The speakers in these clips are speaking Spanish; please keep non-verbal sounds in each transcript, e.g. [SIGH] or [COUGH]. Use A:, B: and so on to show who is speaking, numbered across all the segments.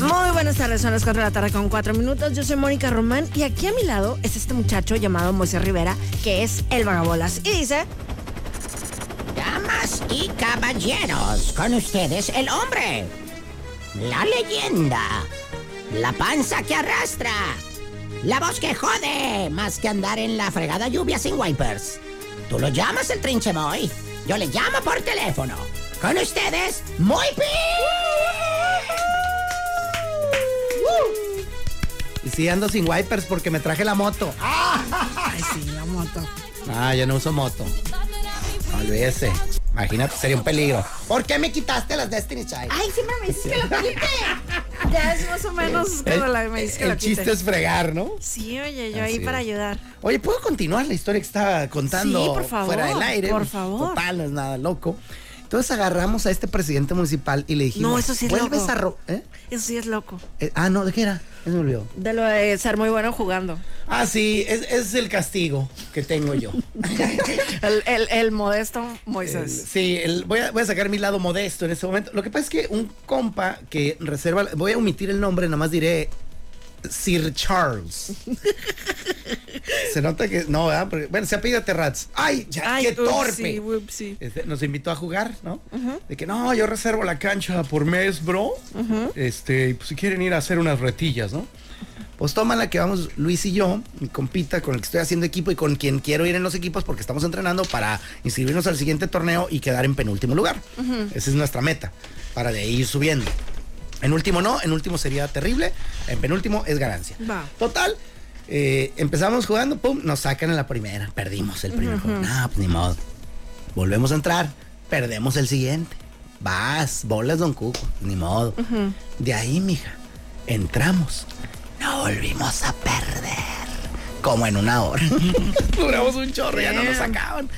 A: Muy buenas tardes, son las 4 de la tarde con 4 minutos. Yo soy Mónica Román y aquí a mi lado es este muchacho llamado Moisés Rivera, que es el vagabolas. Y dice,
B: Damas y caballeros, con ustedes el hombre, la leyenda, la panza que arrastra, la voz que jode, más que andar en la fregada lluvia sin wipers. Tú lo llamas el trinche boy, yo le llamo por teléfono. Con ustedes, muy bien.
C: Y sí, ando sin wipers porque me traje la moto.
A: ay sí, la moto.
C: Ah, yo no uso moto. Olvídese. Imagínate, sería un peligro. ¿Por qué me quitaste las Destiny Child?
A: Ay, siempre me dices que lo quite. Ya es más o menos como la que me dices que
C: el
A: lo quite.
C: chiste es fregar, ¿no?
A: Sí, oye, yo ahí
C: Así
A: para
C: es.
A: ayudar.
C: Oye, ¿puedo continuar la historia que estaba contando
A: Sí, por favor,
C: fuera del aire?
A: por favor.
C: Total, no es nada loco. Entonces agarramos a este presidente municipal y le dijimos...
A: No, eso sí es
C: Vuelves
A: loco.
C: a... ro- ¿Eh?
A: Eso sí es loco.
C: Eh, Ah, no, ¿de qué era? Eso me olvidó.
A: De lo de ser muy bueno jugando.
C: Ah, sí, es, es el castigo que tengo
A: [LAUGHS]
C: yo.
A: El, el, el modesto
C: El-
A: Moisés.
C: sí, el- voy, a, voy a sacar mi lado modesto en este momento. Lo que pasa es que un compa que reserva, voy a omitir el nombre, nada más diré Sir Charles. se nota que no, ¿verdad? Porque, bueno, se apellida Terratz. ¡Ay, ya,
A: Ay,
C: qué
A: upsi,
C: torpe!
A: upsi.
C: Este, nos invitó a jugar, ¿no? De que no, yo reservo la cancha por mes, bro. Este, y, pues, si quieren ir a hacer unas retillas, ¿no? Pues tómala que vamos Luis y yo, mi compita con el que estoy haciendo equipo y con quien quiero ir en los equipos porque estamos entrenando para inscribirnos al siguiente torneo y quedar en penúltimo lugar. Esa es nuestra meta, para de ir subiendo. En último no, en último sería terrible, en penúltimo es ganancia.
A: Va.
C: Total, eh, empezamos jugando, pum, nos sacan en la primera, perdimos el primer juego. No, pues ni modo. Volvemos a entrar, perdemos el siguiente. Vas, bolas, don Cuco, ni modo. De ahí, mija, entramos. No volvimos a perder. Como en una hora. [LAUGHS] Duramos un chorro, ya no nos sacaban.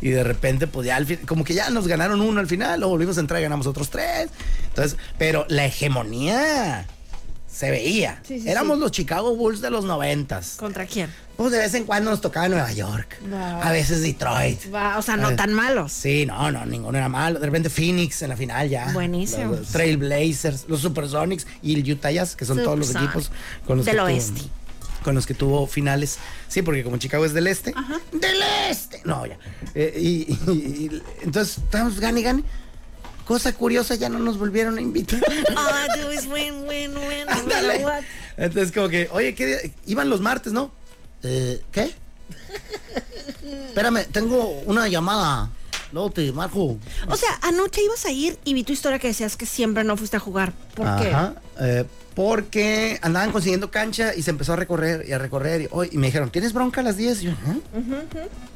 C: Y de repente, pues ya al fin, como que ya nos ganaron uno al final, luego volvimos a entrar y ganamos otros tres. Entonces, pero la hegemonía se veía.
A: Sí, sí,
C: Éramos los Chicago Bulls de los noventas.
A: ¿Contra quién?
C: Pues de vez en cuando nos tocaba Nueva York.
A: Wow.
C: A veces Detroit.
A: Va, o sea,
C: A
A: no
C: ver.
A: tan malos.
C: Sí, no, no, ninguno era malo. De repente Phoenix en la final ya.
A: Buenísimo.
C: Los, los Trailblazers, los Supersonics y el Utah Jazz, que son todos los
A: Supersonic.
C: equipos con los
A: Del
C: que tuvo-
A: oeste.
C: con los que tuvo finales. Sí, porque como Chicago es del este. ¡Del este! No, ya. Eh, y, y- y- entonces estamos gane, y gane. Cosa curiosa, ya no nos volvieron a
A: [LAUGHS]
C: invitar.
A: Ah, tú es win, win,
C: [LAUGHS]
A: win.
C: Ándale. Entonces, como que, oye, ¿qué día? Iban los martes, ¿no? Eh,
A: [LAUGHS]
C: ¿Qué? Espérame, tengo una llamada. Luego te marco.
A: O sea, anoche ibas a ir y vi tu historia que decías que siempre no fuiste a jugar. ¿Por
C: Ajá, eh, porque andaban consiguiendo cancha y se empezó a recorrer y a recorrer. Y, hoy- y me dijeron, ¿tienes bronca a las 10? Yo, "Ajá".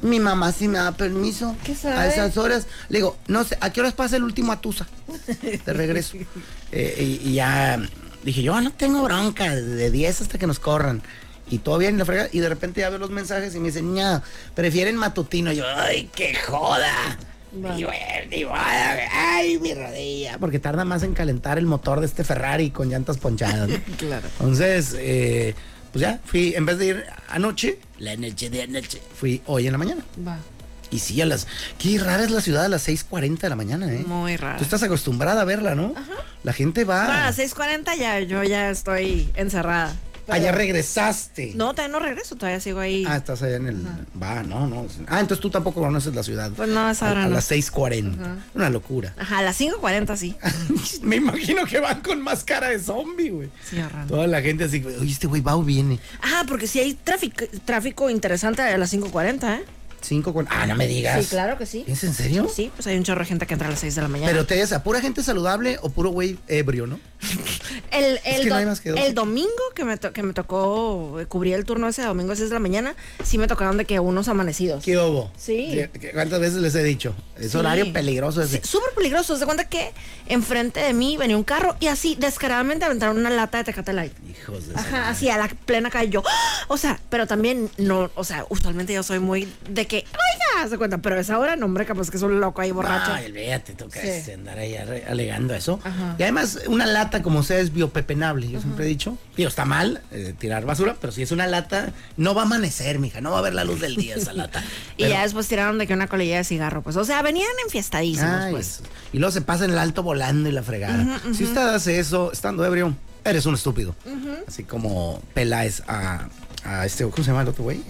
C: Mi mamá sí me da permiso.
A: ¿Qué sabe?
C: A esas horas. Le digo, no sé, ¿a qué horas pasa el último Atusa? De regreso. Eh, y, y ya dije, yo no tengo bronca de 10 hasta que nos corran. Y todavía en la frega. Y de repente ya veo los mensajes y me dicen, ña, prefieren matutino. Yo, ¡ay, qué joda!
A: Va.
C: Y bueno, y bueno, ¡Ay, mi rodilla! Porque tarda más en calentar el motor de este Ferrari con llantas ponchadas. ¿no?
A: qué? Claro.
C: Entonces, eh, pues ya, fui, en vez de ir anoche, la noche de anoche, fui hoy en la mañana.
A: Va.
C: Y sí, a las. Qué rara es la ciudad a las 6:40 de la mañana, ¿eh?
A: Muy rara. Ah,
C: Tú estás acostumbrada a verla, ¿no? La gente va.
A: Bueno, a las 6.40 ya, yo ya estoy encerrada.
C: Allá regresaste.
A: No, todavía no regreso, todavía sigo ahí.
C: Ah, estás allá en el. Va, no, no. Ah, entonces tú tampoco conoces la ciudad.
A: Pues no, a esa hora
C: a, a
A: no.
C: las 6:40. Una locura. [LAUGHS]
A: Ajá, a las 5.40 sí.
C: Me imagino que van con más cara de zombie, güey.
A: Sí, ahorrando.
C: Toda la gente así, oye, este güey va o viene.
A: Ajá, Ah, porque sí hay tráfico, tráfico interesante a las 5.40, ¿eh?
C: 5 con. Ah, no me digas.
A: Sí, claro que sí.
C: ¿Es en serio?
A: Sí, pues hay un chorro de gente que entra a las 6 de la mañana.
C: Pero te ves a pura gente saludable o puro güey ebrio, ¿no?
A: El,
C: Es
A: el
C: que no
A: do-
C: hay más que dos.
A: el domingo que me, to- que me tocó eh, cubrir el turno ese domingo a 6 de la mañana, sí me tocaron de que unos amanecidos.
C: ¿Qué hubo?
A: Sí.
C: ¿Cuántas veces les he dicho? Es
A: Sí.
C: horario peligroso ese.
A: Sí, Súper peligroso. Se cuenta que enfrente de mí venía un carro y así descaradamente aventaron una lata de Tecate Light.
C: Hijos de.
A: Ajá, así a la plena calle yo. ¡ah! O sea, pero también no, o sea, usualmente yo soy muy de que, oiga, se cuenta, pero esa hora, no, hombre, capaz que es un loco ahí borracho.
C: Ay, olvídate, tú que
A: Sí.
C: es andar ahí arre- alegando eso.
A: Ajá.
C: Y además, una lata como sea es biopepenable, yo siempre he dicho. Digo, está mal eh, tirar basura, pero si es una lata, no va a amanecer, mija, no va a ver la luz del día esa lata.
A: [LAUGHS] y ya después tiraron de que una colilla de cigarro, pues. O sea, venían enfiestadísimos,
C: Ay,
A: pues.
C: eso. Y luego se pasa en el alto volando y la fregada. Si usted hace eso estando ebrio, eres un estúpido. Así como Peláez a, a este, ¿cómo se llama el otro güey?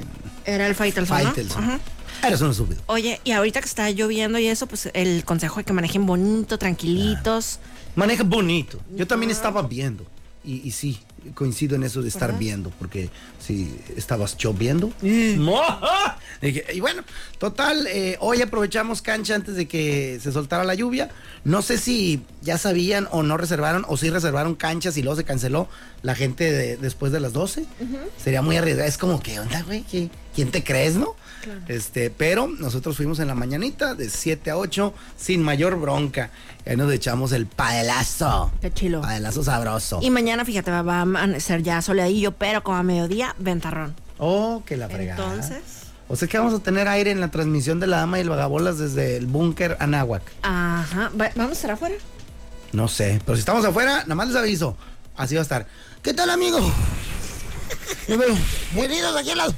A: Era el Faitelson, ¿no?
C: Faitelson.
A: Ajá.
C: Eres un estúpido.
A: Oye, y ahorita que está lloviendo y eso, pues el consejo de que manejen bonito, tranquilitos.
C: Maneja bonito. Yo también estaba viendo. Y, y sí, coincido en eso de estar viendo, porque si estabas lloviendo. ¡mua! [LAUGHS] Dije, Y bueno, total, eh, hoy aprovechamos cancha antes de que se soltara la lluvia. No sé si ya sabían o no reservaron, o si reservaron canchas y luego se canceló la gente de- después de las 12. Sería muy arriesgado. Es como, ¿qué onda, güey? ¿Qué- ¿Quién te crees, no? Este, pero nosotros fuimos en la mañanita de 7 a 8 sin mayor bronca. Ahí nos echamos el paelazo.
A: Qué chilo.
C: Paelazo sabroso.
A: Y mañana, fíjate, va, va a amanecer ya soleadillo, pero como a mediodía, ventarrón.
C: Oh, que la fregada.
A: Entonces.
C: O sea que vamos a tener aire en la transmisión de la dama y el vagabolas desde el búnker Anáhuac.
A: Ajá. Va- ¿Vamos a estar afuera?
C: No sé, pero si estamos afuera, nada más les aviso. Así va a estar. ¿Qué tal, amigo? Yo veo, [LAUGHS] Bienvenidos aquí a la,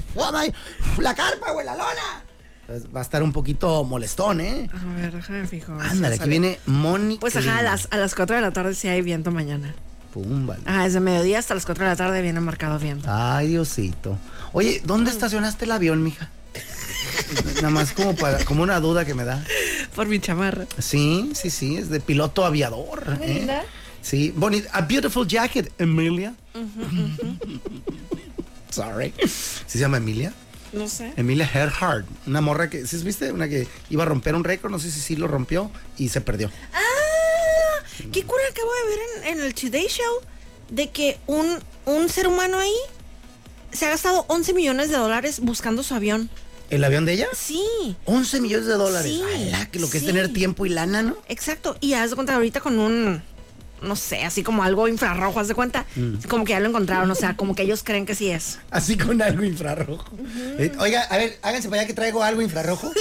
C: la carpa o en la lona. Pues va a estar un poquito molestón, ¿eh?
A: A ver, déjame fijo. a ver si
C: Ah, Ándale,
A: sale.
C: aquí viene Mónica.
A: Pues ajá, a las, a las 4 de la tarde sí hay viento mañana.
C: Púmbale.
A: Ajá, desde mediodía hasta las 4 de la tarde viene marcado viento.
C: Ay, Diosito. Oye, ¿dónde estacionaste el avión, mija? [LAUGHS] Nada más como para, como una duda que me da.
A: [LAUGHS] Por mi chamarra.
C: Sí, sí, sí, es de piloto aviador.
A: Muy
C: ¿eh?
A: linda.
C: Sí, bonita. A beautiful jacket, Emilia. [LAUGHS] Sorry. ¿Sí se llama Emilia?
A: No sé.
C: Emilia Earhart, una morra que, ¿sí viste? Una que iba a romper un récord, no sé si sí lo rompió y se perdió.
A: ¡Ah! ¡Qué cura acabo de ver en, en el Today Show! De que un, un ser humano ahí se ha gastado 11 millones de dólares buscando su avión.
C: ¿El avión de ella?
A: Sí.
C: 11 millones de dólares.
A: Sí,
C: Ala, que lo que es
A: sí.
C: tener tiempo y lana, ¿no?
A: Exacto. Y haz de cuenta ahorita con un, no sé, así como algo infrarrojo, haz de cuenta.
C: Mm.
A: Como que ya lo encontraron, o sea, como que ellos creen que sí es.
C: Así con algo infrarrojo. Eh, Oiga, a ver, háganse para allá que traigo algo
A: [LAUGHS]
C: infrarrojo.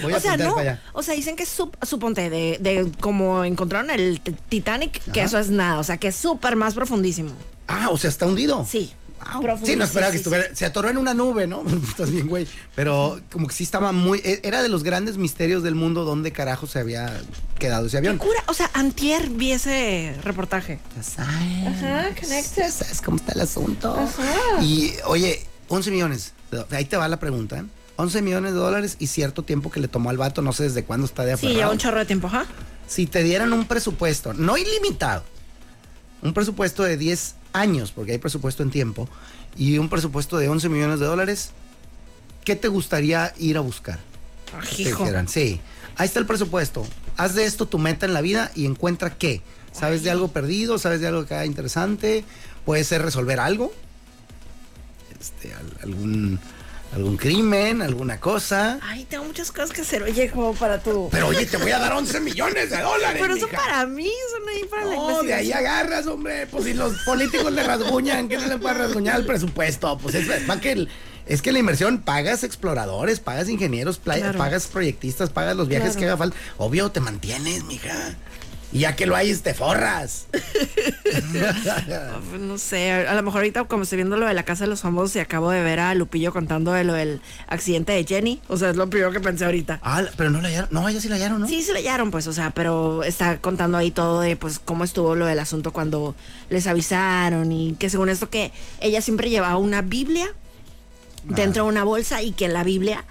C: Voy a
A: o sea,
C: apuntar
A: no.
C: para allá.
A: O sea, dicen que sup- suponte de, de como encontraron el t- Titanic, que
C: Ajá.
A: eso es nada, o sea, que es súper más profundísimo.
C: Ah, o sea, está hundido.
A: Sí.
C: Wow.
A: Profundo,
C: Sí, no esperaba
A: sí,
C: que
A: sí,
C: estuviera. Se atoró en una nube, ¿no? [LAUGHS] Estás bien, güey. Pero como que sí estaba muy. e- Era de los grandes misterios del mundo dónde carajo se había quedado ese avión.
A: Cura, o sea, antier vi ese reportaje.
C: Ya sabes.
A: Ajá, connected.
C: Ya sabes cómo está el asunto. Y, oye, 11 millones. Ahí te va la pregunta, ¿eh? 11 millones de dólares y cierto tiempo que le tomó al vato, no sé desde cuándo está de
A: Sí,
C: aferrado.
A: lleva un chorro de tiempo, ajá.
C: si te dieran un presupuesto, no ilimitado, un presupuesto de 10 años, porque hay presupuesto en tiempo, y un presupuesto de 11 millones de dólares, ¿qué te gustaría ir a buscar?
A: Ay,
C: Que te
A: Ah, hijo.
C: dijeran, sí, ahí está el presupuesto. Haz de esto tu meta en la vida y encuentra qué. ¿Sabes de algo perdido? ¿Sabes de algo que haga interesante? ¿Puede ser resolver algo? Este, al- algún, algún crimen, alguna cosa.
A: Ay, tengo muchas cosas que hacer. Oye, como para tu.
C: Pero oye, te voy a dar 11 millones de dólares.
A: Pero eso
C: mija.
A: para mí, eso no es para la
C: No, de ahí
A: investigación.
C: agarras, hombre. Pues si los políticos le rasguñan, ¿qué no le puede rasguñar al presupuesto? Pues es, es pa' que el- es que la inversión pagas exploradores, pagas ingenieros, pla-
A: Claro.
C: pagas proyectistas, pagas los viajes
A: Claro.
C: que haga falta. Obvio, te mantienes, mija. Y ya que lo hayes, te
A: [LAUGHS]
C: forras.
A: Pues No sé, a lo mejor ahorita como estoy viendo lo de la casa de los famosos y acabo de ver a Lupillo contando de lo del accidente de Jenny, o sea, es lo primero que pensé ahorita.
C: ah, la- pero no la hallaron. No, ya sí la hallaron, ¿no?
A: Sí, se lo hallaron, pues, o sea, pero está contando ahí todo de, pues, cómo estuvo lo del asunto cuando les avisaron y que según esto que ella siempre llevaba una Biblia dentro de una bolsa y que en la Biblia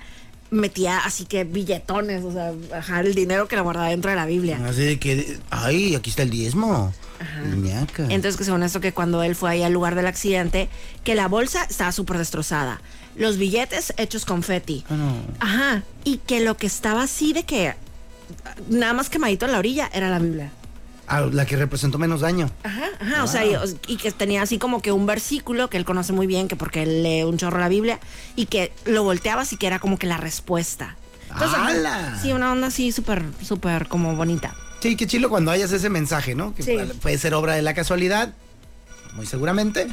A: metía así que billetones, o sea, ajá, el dinero que la guardaba dentro de la Biblia.
C: Así de que, ay, aquí está el diezmo. Ñaca.
A: Entonces, que según esto, que cuando él fue ahí al lugar del accidente, que la bolsa estaba súper destrozada. Los billetes hechos confeti.
C: Ah, no.
A: Ajá. Y que lo que estaba así de que ah, nada más quemadito en la orilla era la Biblia.
C: Ah, la que representó menos daño.
A: Ajá, ajá. O sea, y, o- y que tenía así como que un versículo que él conoce muy bien, que porque él lee un chorro la Biblia, y que lo volteaba así que era como que la respuesta. ajá,
C: ¡Hala!
A: sí, una onda así súper, súper como bonita.
C: Sí, qué chilo cuando hayas ese mensaje, ¿no? Que
A: Sí.
C: puede ser obra de la casualidad, muy seguramente,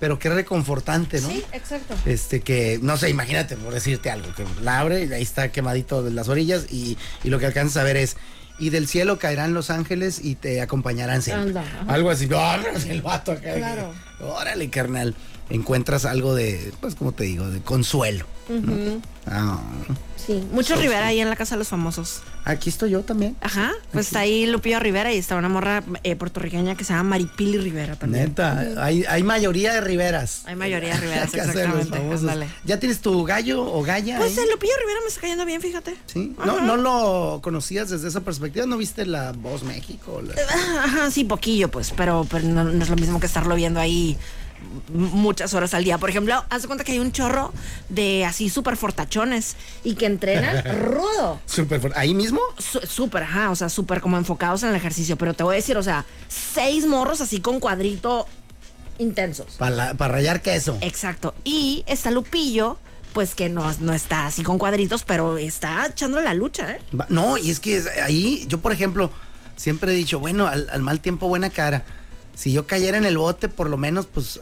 C: pero qué reconfortante, ¿no?
A: Sí, exacto.
C: Este que, no sé, imagínate, por decirte algo, que la abre y ahí está quemadito de las orillas y, y lo que alcanzas a ver es, y del cielo caerán los ángeles y te acompañarán siempre.
A: Anda, ajá.
C: Algo así, ¡vámonos el vato acá.
A: Claro.
C: Órale, carnal. Encuentras algo de, pues, como te digo, de consuelo. ¿no? Ah,
A: Sí. Mucho Rivera ahí en la casa de los famosos.
C: aquí estoy yo también.
A: Ajá. Pues está ahí Lupillo Rivera y está una morra eh, puertorriqueña que se llama Maripili Rivera también.
C: Neta, hay, hay mayoría de Riveras.
A: Hay
C: [LAUGHS]
A: mayoría de Riveras,
C: Hay que hacer los
A: exactamente,
C: famosos.
A: ándale.
C: ¿Ya tienes tu gallo o galla?
A: Pues
C: ahí?
A: el Lupillo Rivera me está cayendo bien, fíjate.
C: ¿Sí? ¿No, ¿No lo conocías desde esa perspectiva? ¿No viste la Voz México? La-
A: Eh. Ajá, sí, poquillo, pues, pero, pero no, no es lo mismo que estarlo viendo ahí m- muchas horas al día. Por ejemplo, haz de cuenta que hay un chorro de así súper fortachones y que entrenan
C: [LAUGHS]
A: rudo.
C: Súper fuerte. ¿Ahí mismo?
A: Su- Súper, ajá, o sea, súper como enfocados en el ejercicio. Pero te voy a decir, o sea, seis morros así con cuadrito intensos.
C: Para rayar queso.
A: Eh. Exacto. Y está Lupillo, pues que no, no está así con cuadritos, pero está echando la lucha, ¿eh?
C: Va- No, y es que es- ahí, yo por ejemplo, siempre he dicho, bueno, al, al mal tiempo, buena cara. Si yo cayera en el bote, por lo menos, pues,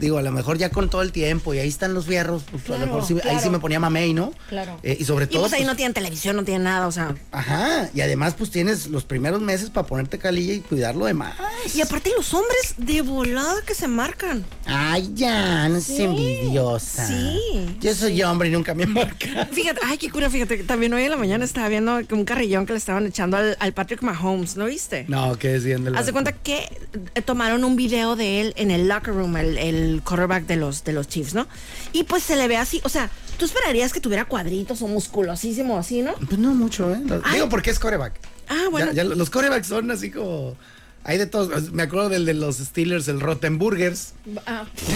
C: digo, a lo mejor ya con todo el tiempo, y ahí están los fierros, pues a
A: Claro,
C: lo mejor sí- ahí
A: claro.
C: sí me ponía mamey, ¿no?
A: Claro.
C: Eh, y sobre
A: Y
C: todo.
A: pues ahí
C: pues,
A: no tienen televisión, no tienen nada, o sea.
C: Ajá, y además pues tienes los primeros meses para ponerte calilla y cuidar lo demás.
A: Y aparte los hombres de volada que se marcan.
C: Ay, ya, no seas envidiosa.
A: sí,
C: Yo soy hombre y nunca me marca.
A: Fíjate, ay, qué cura, fíjate, que también hoy en la mañana estaba viendo que un carrillón que le estaban echando al, al Patrick Mahomes, ¿no viste?
C: No, que es bien de la-
A: Haz de cuenta que eh, tomaron un video de él en el locker room, el, el quarterback de los, de los Chiefs, ¿no? Y pues se le ve así, o sea, tú esperarías que tuviera cuadritos o musculosísimo así, ¿no?
C: Pues no mucho, ¿eh? Lo-
A: Ay.
C: Digo porque es coreback.
A: Ah, bueno.
C: Ya- ya los corebacks son así como... Hay de todos. Me acuerdo del de los Steelers, el Rottenburgers.
A: Ah,
C: [LAUGHS]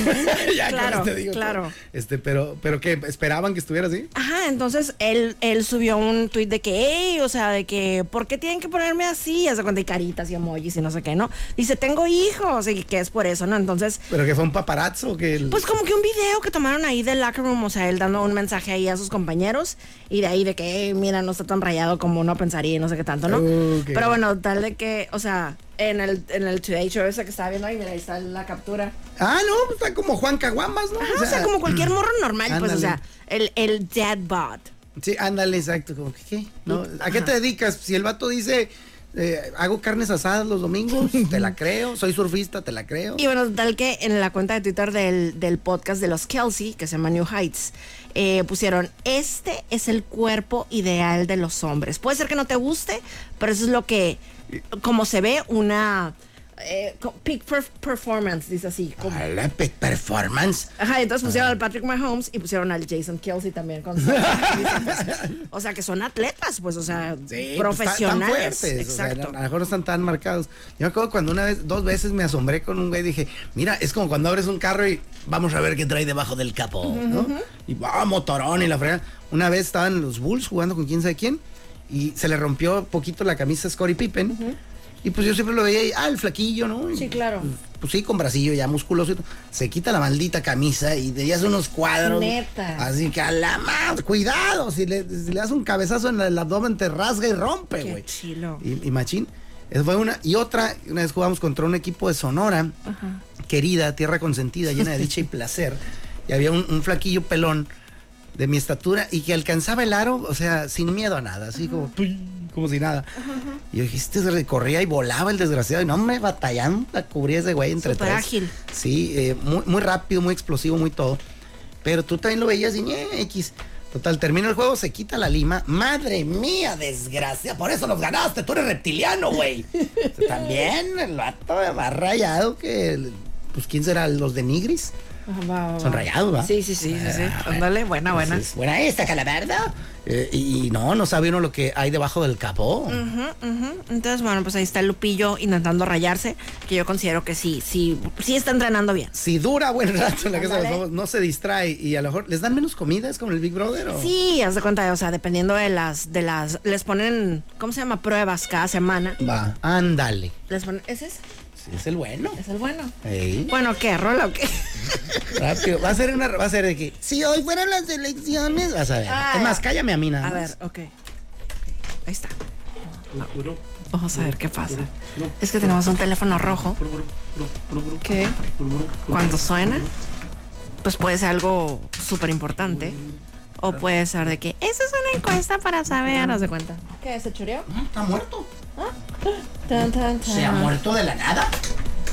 C: Ya con
A: claro,
C: este digo todo.
A: claro.
C: Este, pero, pero que esperaban que estuviera así.
A: Ajá, entonces él, él subió un tweet de que, "Ey", o sea, de que, ¿por qué tienen que ponerme así? Hace cuenta y caritas y emojis y no sé qué, ¿no? Dice, tengo hijos y que es por eso, ¿no? Entonces,
C: Pero que fue un paparazzo que... el-
A: pues como que un video que tomaron ahí del locker room, o sea, él dando un mensaje ahí a sus compañeros y de ahí de que, "Ey, mira, no está tan rayado como uno pensaría y no sé qué tanto, ¿no?
C: Ok.
A: Pero bueno, tal de que, o sea, en el, en el Today Show ese que estaba viendo ahí, mira, ahí está la captura.
C: Ah, no, pues, está como Juan Caguamas, ¿no?
A: Ajá, o sea, como cualquier morro normal, pues, o
C: ándale.
A: sea, el, el dad bot.
C: Sí, ándale, exacto. Como que, ¿qué? ¿No? ¿A qué te dedicas? Si el vato dice, eh, hago carnes asadas los domingos, te
A: [LAUGHS]
C: la creo. Soy surfista, te la creo.
A: Y bueno, tal que en la cuenta de Twitter del, del podcast de los Kelsey, que se llama New Heights, eh, pusieron, este es el cuerpo ideal de los hombres. Puede ser que no te guste, pero eso es lo que, como se ve, una eh, co- peak per- performance, dice así. como-
C: A la pe- performance.
A: Ajá, y entonces
C: Ah.
A: pusieron al Patrick Mahomes y pusieron al Jason Kelsey también.
C: [LAUGHS]
A: con sus- o sea, que son atletas, pues, o sea,
C: Sí, pues, tan- tan
A: profesionales.
C: fuertes, o sea,
A: Exacto.
C: a lo mejor no están tan marcados. Yo me acuerdo cuando una vez, dos veces me asombré con un güey y dije, mira, es como cuando abres un carro y vamos a ver qué trae debajo del capó, ¿no? Y va, motorón y la fregada. Una vez estaban los Bulls jugando con quién sabe quién y se le rompió poquito la camisa a Scottie Pippen. Y pues yo siempre lo veía y, ah, el flaquillo, ¿no? Y,
A: Sí, claro.
C: Pues sí, con bracillo ya musculoso. y todo. Se quita la maldita camisa y te hace unos cuadros.
A: Neta.
C: Así que a la madre, cuidado, si le, si le das un cabezazo en el abdomen te rasga y rompe,
A: Qué
C: güey.
A: chilo.
C: Y, y machín. Esa fue una. Y otra, una vez jugamos contra un equipo de Sonora, querida, tierra consentida, llena de dicha
A: [LAUGHS]
C: y placer. Y había un, un flaquillo pelón de mi estatura y que alcanzaba el aro, o sea, sin miedo a nada, así como, ¡puy! como si nada. Y yo dije, este se- corría y volaba el desgraciado. Y no, hombre, batallando, la cubría ese güey entre
A: Súper
C: tres.
A: ágil.
C: Sí, eh, muy, muy rápido, muy explosivo, muy todo. Pero tú también lo veías y "Ñe, X. Total, termina el juego, se quita la lima. Madre mía, desgracia. Por eso nos ganaste. Tú eres reptiliano,
A: [LAUGHS]
C: güey. también el vato más rayado que. el- Pues, ¿quién será? ¿Los de Nigris?
A: Ajá, va, va, va.
C: Son rayados, ¿va? pues
A: Sí, sí, sí, sí, sí. Ándale, buena, buena.
C: Ah, Entonces, buena esta, calaverda. Eh, y, y no, no sabe uno lo que hay debajo del capó.
A: Ujú, ujú. Entonces, bueno, pues ahí está Lupillo intentando rayarse, que yo considero que sí, sí, sí está entrenando bien.
C: Si dura buen rato en la casa de los
A: Ándale.
C: lobos, no se distrae y a lo mejor les dan menos comidas como el Big Brother. ¿o?
A: Sí, haz de cuenta, o sea, dependiendo de las, de las, les ponen, ¿cómo se llama? Pruebas cada semana.
C: Va, ándale.
A: Les ponen, ¿es ese?
C: Sí, es el bueno.
A: ¿Es el bueno?
C: Ey.
A: Bueno, ¿qué? ¿Rola o qué?
C: Rápido, va a ser una, va a ser de que si hoy fueran las elecciones, vas a ver.
A: Ah,
C: es más,
A: ya.
C: cállame a mí nada
A: A
C: más.
A: ver, ok. Ahí está. Vamos a ver qué pasa. Es que tenemos un teléfono rojo que cuando suena, pues puede ser algo súper importante. O puede ser de que, eh, esa es una encuesta para saber, no se cuenta. ¿Qué? ¿Se choreó?
C: Ah, Está muerto.
A: Ah,
C: Se ha muerto de la nada.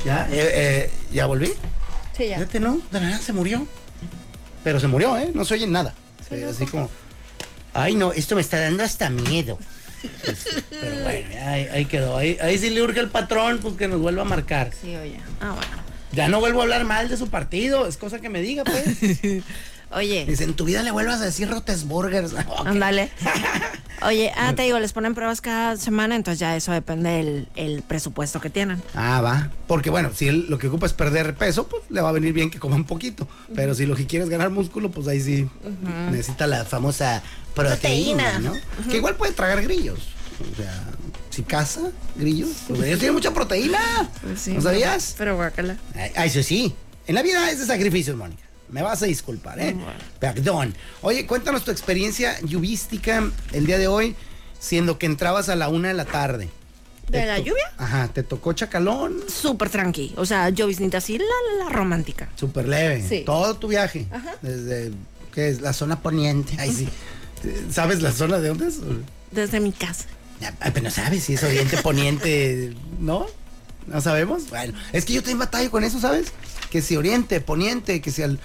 C: Ya, eh, eh, ya volví.
A: Sí, ya.
C: Fíjate, no, de la nada se murió. Pero se murió, ¿eh? No se oye nada. Eh, así como, ay, no, esto me está dando hasta miedo. Este, Pero bueno, ya, ahí, ahí quedó. Ahí, ahí sí le urge al patrón pues, que nos vuelva a marcar.
A: Sí, oye. Ah, bueno.
C: Ya no vuelvo a hablar mal de su partido, es cosa que me diga,
A: [LAUGHS]
C: pues.
A: Oye,
C: Dice, en tu vida le vuelvas a decir Rotes Burgers. [LAUGHS] Ok.
A: ándale.
C: [LAUGHS]
A: Oye, ah, te digo, les ponen pruebas cada semana, entonces ya eso depende del el presupuesto que tienen.
C: Ah, va. Porque bueno, si él lo que ocupa es perder peso, pues le va a venir bien que coma un poquito. Pero si lo que quiere es ganar músculo, pues ahí sí necesita la famosa proteína,
A: Proteína.
C: ¿no? Que igual puede tragar grillos. O sea, si caza grillos, los grillos tienen mucha proteína.
A: Pues sí.
C: ¿No sabías?
A: Pero guácala.
C: Ay, ay, eso sí. En la vida es de sacrificios, Mónica. Me vas a disculpar, ¿eh? Perdón. Oye, cuéntanos tu experiencia yuvística el día de hoy, siendo que entrabas a la una de la tarde.
A: ¿De
C: Te
A: la
C: to-
A: lluvia?
C: Ajá, te tocó chacalón,
A: Súper tranqui. O sea, yo visnita así, la, la, la romántica.
C: súper leve.
A: Sí.
C: Todo tu viaje. Desde, ¿qué es? La zona poniente. Ay, sí. ¿Sabes la zona de dónde es?
A: Desde mi casa.
C: Ay, pero no sabes si es oriente poniente, ¿no? No sabemos. Bueno, es que yo tengo batalla con eso, ¿sabes? Que si oriente, poniente, que si al,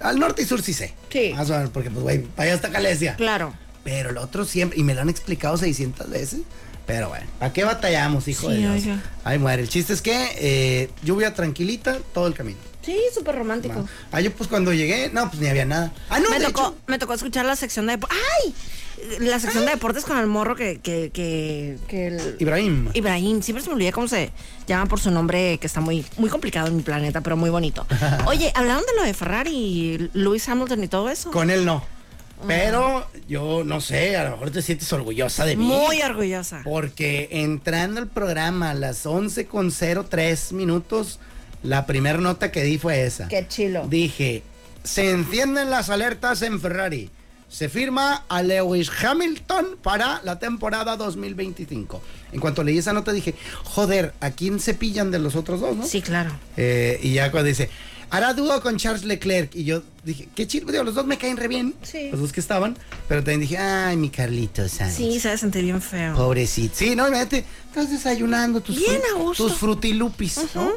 C: al norte y sur sí sé.
A: Sí.
C: Más o menos, porque pues, güey, para allá está Calesia.
A: Claro.
C: Pero el otro siempre, y me lo han explicado 600 veces. Pero bueno, ¿para qué batallamos, hijo
A: Sí,
C: de Dios?
A: oiga.
C: Ay, muere. El chiste es que eh, lluvia tranquilita todo el camino.
A: Sí, súper romántico.
C: Ah, yo pues cuando llegué, no, pues ni había nada. Ah, no,
A: me,
C: de
A: tocó,
C: hecho,
A: me tocó escuchar la sección de... dep- ¡Ay! La sección de deportes con el morro que... que, que, que el-
C: Ibrahim.
A: Ibrahim, siempre se me olvida cómo se llama por su nombre, que está muy, muy complicado en mi planeta, pero muy
C: [LAUGHS]
A: bonito. Oye, hablaron de lo de Ferrari, Lewis Hamilton y todo eso.
C: Con él no. Pero yo no sé, a lo mejor te sientes orgullosa de mí.
A: Muy orgullosa.
C: Porque entrando al programa a las 11 con 03 minutos, la primera nota que di fue esa.
A: Qué chilo.
C: Dije, se encienden las alertas en Ferrari. Se firma a Lewis Hamilton para la temporada 2025. En cuanto leí esa nota dije, joder, ¿a quién se pillan de los otros dos, no?
A: Sí, claro.
C: Eh, y ya cuando dice, hará dúo con Charles Leclerc. Y yo dije, qué chido, digo, los dos me caen re bien.
A: Sí.
C: Los dos que estaban. Pero también dije, ay, mi Carlito Sainz.
A: Sí, se ha de sentir bien feo.
C: Oh,
A: [LAUGHS]
C: Pobrecito. Sí, no, imagínate, estás desayunando tus,
A: Bien a gusto.
C: tus frutilupis, ¿no?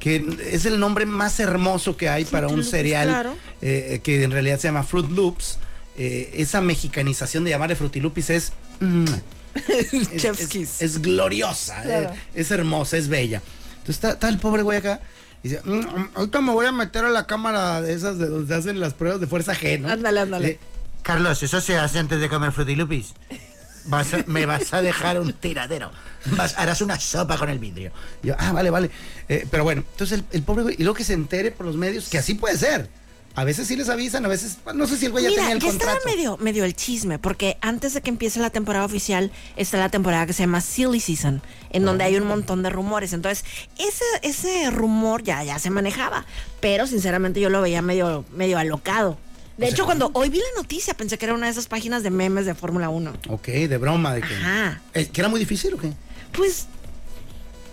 C: Que es el nombre más hermoso que hay para un
A: Frutilupis,
C: cereal
A: claro.
C: eh, que en realidad se llama Fruit Loops. Eh, esa mexicanización de llamarle frutilupis es... mm, es,
A: Chef's
C: es-
A: kiss.
C: es gloriosa,
A: Claro.
C: eh, es, hermosa, es bella. Entonces está, está el pobre güey acá. y dice, "Mm, mm, ahorita me voy a meter a la cámara de esas de donde hacen las pruebas de fuerza G, ¿no?
A: Ándale, ándale.
C: Eh, Carlos, eso se hace antes de comer frutilupis. Vas a- me vas a dejar un tiradero. Vas- harás una sopa con el vidrio. Yo, ah, vale, vale. Eh, pero bueno, entonces el, el pobre güey, y luego que se entere por los medios, que así puede ser. A veces sí les avisan, a veces, no sé si el güey Pues ya
A: Mira,
C: tenía el
A: ya estaba
C: contrato.
A: medio, medio el chisme, porque antes de que empiece la temporada oficial está la temporada que se llama Silly Season, en donde
C: Ah.
A: hay un montón de rumores. Entonces, ese, ese rumor ya, ya se manejaba, pero sinceramente yo lo veía medio, medio alocado. De hecho, cuando hoy vi la noticia pensé que era una de esas páginas de memes de Fórmula 1.
C: Ok, de broma, de que.
A: Ajá.
C: Eh, ¿Que era muy difícil o qué?
A: Pues,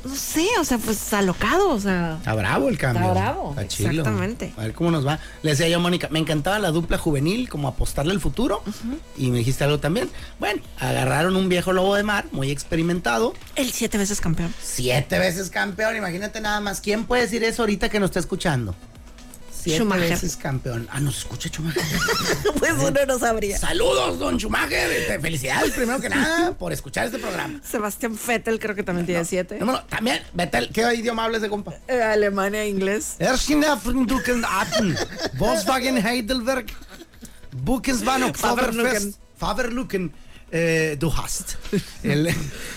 A: no sé, o sea, pues alocado, o sea.
C: Está bravo el cambio.
A: Está bravo.
C: Está chilo.
A: Exactamente.
C: A ver cómo nos va. Le decía yo a Mónica, me encantaba la dupla juvenil, como apostarle al futuro. Y me dijiste algo también. Bueno, agarraron un viejo lobo de mar, muy experimentado,
A: El siete veces campeón.
C: siete veces campeón. Imagínate nada más. ¿Quién puede decir eso ahorita que nos está escuchando? Siete
A: Schumacher.
C: veces campeón. Ah, nos escucha
A: [LAUGHS]
C: Schumacher. [LAUGHS]
A: [LAUGHS] Pues uno no sabría.
C: Saludos, don Schumacher. Este, Felicidades, primero que nada, por escuchar este programa.
A: Sebastián Vettel creo que también tiene siete.
C: Número- también, Betel, ¿qué idioma hablas de compa?
A: Eh, Alemania e inglés.
C: Erschina Frühstücken Atten, Volkswagen Heidelberg, Buchensbahn Oktoberfest, Faberlucken, eh, du hast. El-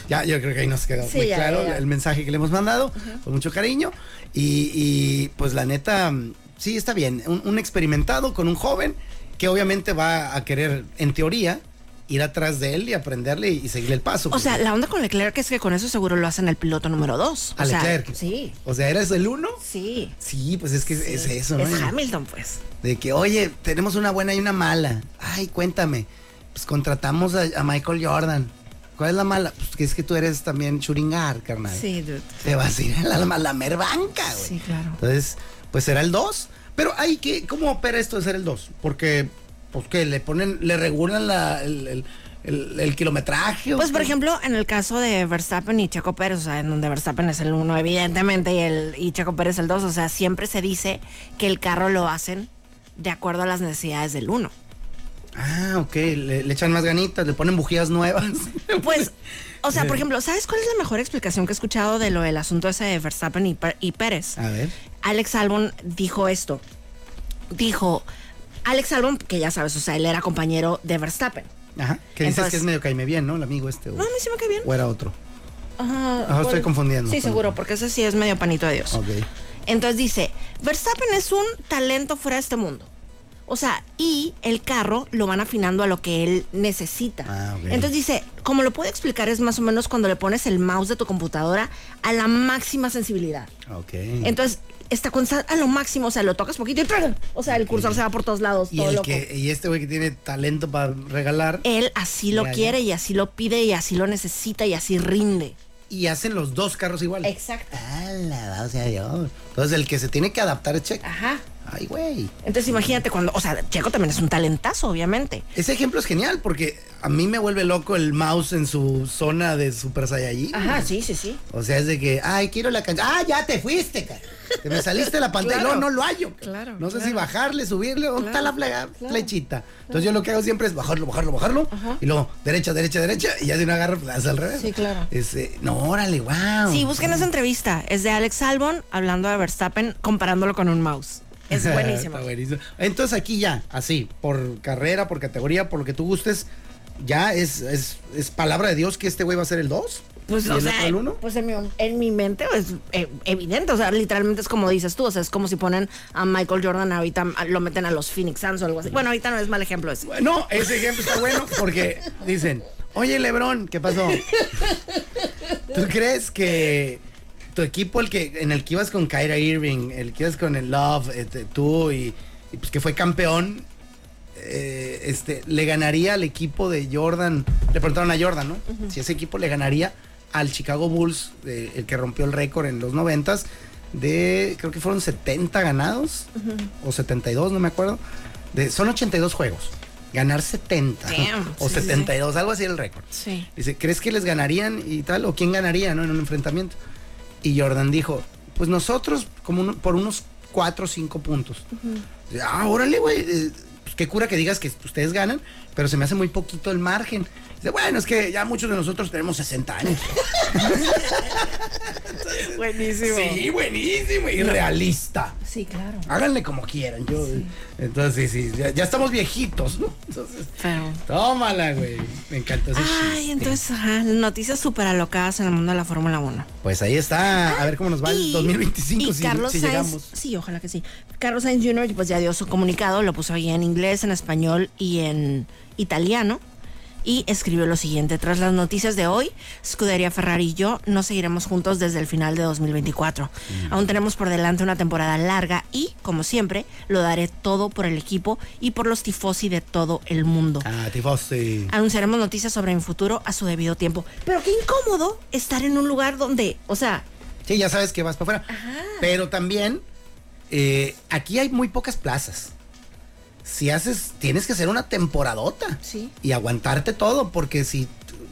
C: ya, yo creo que ahí nos quedó
A: Sí,
C: muy
A: ya,
C: claro
A: ya, ya.
C: el mensaje que le hemos mandado, con mucho cariño. Y, y, pues la neta, mm, sí, está bien. Un, un experimentado con un joven que obviamente va a querer, en teoría, ir atrás de él y aprenderle y, y seguirle el paso.
A: O sea, la onda con Leclerc es que con eso seguro lo hacen el piloto número dos. O
C: a
A: sea,
C: Leclerc.
A: Sí,
C: O sea, ¿eres el uno?
A: sí.
C: Sí, pues es que es- es eso, ¿no?
A: Es
C: Y-
A: Hamilton, pues.
C: De que, oye, tenemos una buena y una mala. Ay, cuéntame. Pues contratamos a, a Michael Jordan. ¿Cuál es la mala? Pues que es que tú eres también churingar, carnal.
A: Sí, dude.
C: Te vas a ir a la, a la merbanca, güey.
A: Sí, claro.
C: Entonces, pues será el 2. Pero hay que, ¿cómo opera esto de ser el 2? Porque, pues que le ponen, le regulan la, el, el- el- el kilometraje. o
A: Pues por
C: qué?
A: ejemplo, en el caso de Verstappen y Checo Pérez, o sea, en donde Verstappen es el uno, evidentemente, y el y Checo Pérez el dos, o sea, siempre se dice que el carro lo hacen de acuerdo a las necesidades del uno.
C: Ah, ok, le, le echan más ganitas, le ponen bujías nuevas.
A: Pues, o sea, por ejemplo, ¿sabes cuál es la mejor explicación que he escuchado de lo del asunto ese de Verstappen y, Pe- y Pérez?
C: [LAUGHS] A ver.
A: Alex Albon dijo esto. Dijo, Alex Albon, que ya sabes, o sea, él era compañero de Verstappen.
C: Ajá. Que dices
A: Entonces-
C: que es medio caime bien, ¿no? El amigo este.
A: No, a mí sí me cae bien.
C: O era otro.
A: Ajá,
C: Ajá, estoy confundiendo.
A: Sí, seguro, porque ese sí es medio panito de Dios.
C: Ok.
A: Entonces dice, Verstappen es un talento fuera de este mundo. O sea, y el carro lo van afinando a lo que él necesita.
C: Ah, ok.
A: Entonces dice, como lo puedo explicar, es más o menos cuando le pones el mouse de tu computadora a la máxima sensibilidad.
C: Ok.
A: Entonces, está consta- a lo máximo, o sea, lo tocas poquito y ¡tran! O sea, el cursor se va por todos lados,
C: y,
A: todo Eh.
C: el
A: loco.
C: que, y este güey que tiene talento para regalar.
A: Él así lo
C: Ya, ya.
A: quiere y así lo pide y así lo necesita y así rinde.
C: y hacen los dos carros iguales.
A: Exacto.
C: ¡Hala! O sea, yo. Entonces, el que se tiene que adaptar es Checo.
A: Ajá.
C: Ay, güey.
A: Entonces imagínate cuando, o sea, Checo también es un talentazo, obviamente.
C: Ese ejemplo es genial porque a mí me vuelve loco el mouse en su zona de Super Saiyajin.
A: Ajá, sí, sí, sí.
C: O sea, es de que, ay, quiero la canción. ¡Ah, ya te fuiste, cara! Te me saliste de
A: [LAUGHS]
C: la pantalla
A: Claro.
C: y luego no lo hallo.
A: Claro,
C: No sé
A: claro.
C: si bajarle, subirle, ¿dónde está la flega- flechita? Entonces, yo lo que hago siempre es bajarlo, bajarlo, bajarlo. Y luego, derecha, derecha, derecha. Y ya de una agarra, pues, hace al revés.
A: Sí, claro.
C: Ese, no, órale, wow.
A: Sí, busquen esa entrevista. Es de Alex Albon hablando de Verstappen comparándolo con un mouse. Es
C: [LAUGHS]
A: buenísimo.
C: Está buenísimo. Entonces aquí ya, así, por carrera, por categoría, por lo que tú gustes, ya es, es, es palabra de Dios que este güey va a ser el 2.
A: Pues,
C: y
A: o
C: el
A: sea,
C: otro el 1.
A: pues en mi, en mi mente es evidente, o sea, literalmente es como dices tú, o sea, es como si ponen a Michael Jordan ahorita a- lo meten a los Phoenix Suns o algo así. Bueno, ahorita no es mal ejemplo ese.
C: No, ese ejemplo está bueno porque dicen, oye Lebrón, ¿qué pasó? ¿Tú crees que tu equipo el que, en el que ibas con Kyra Irving, el que ibas con el Love, este, tú y, y, pues que fue campeón, eh, este, le ganaría al equipo de Jordan? Le preguntaron a Jordan, ¿no? Si ese equipo le ganaría al Chicago Bulls, eh, el que rompió el récord en los noventas, de creo que fueron 70 ganados o 72, no me acuerdo. De, son 82 juegos. Ganar 70
A: Damn,
C: [LAUGHS] o
A: sí, sí, sí.
C: 72, algo así era el récord.
A: Sí.
C: Dice, ¿crees que les ganarían y tal? ¿O quién ganaría ¿no? en un enfrentamiento? Y Jordan dijo, pues nosotros como uno- por unos 4 o 5 puntos. Dice, Ah, órale, güey. eh, pues, qué cura que digas que ustedes ganan, pero se me hace muy poquito el margen. Dice, bueno, es que ya muchos de nosotros tenemos 60
A: [LAUGHS]
C: años.
A: Buenísimo.
C: sí, buenísimo y realista.
A: Sí, claro.
C: Háganle como quieran. Yo, Entonces, sí, sí, ya, ya estamos viejitos, ¿no? Entonces,
A: Pero.
C: tómala, güey. Me encanta ese
A: Ay,
C: chiste.
A: entonces, ajá, noticias súper alocadas en el mundo de la Fórmula 1.
C: Pues ahí está. A ver cómo nos va el
A: Y-
C: 2025
A: y
C: si,
A: Carlos
C: si
A: Sainz-
C: llegamos.
A: Sí, ojalá que sí. Carlos Sainz Jr. pues ya dio su comunicado, lo puso ahí en inglés, en español y en italiano. Y escribió lo siguiente, tras las noticias de hoy, Scuderia Ferrari y yo no seguiremos juntos desde el final de 2024.
C: Mm.
A: Aún tenemos por delante una temporada larga y, como siempre, lo daré todo por el equipo y por los tifosi de todo el mundo.
C: Ah, tifosi.
A: Anunciaremos noticias sobre mi futuro a su debido tiempo. Pero qué incómodo estar en un lugar donde, o sea,
C: Sí, ya sabes que vas para afuera. Pero también, eh, aquí hay muy pocas plazas. Si haces, tienes que hacer una temporadota.
A: Sí.
C: Y aguantarte todo, porque si,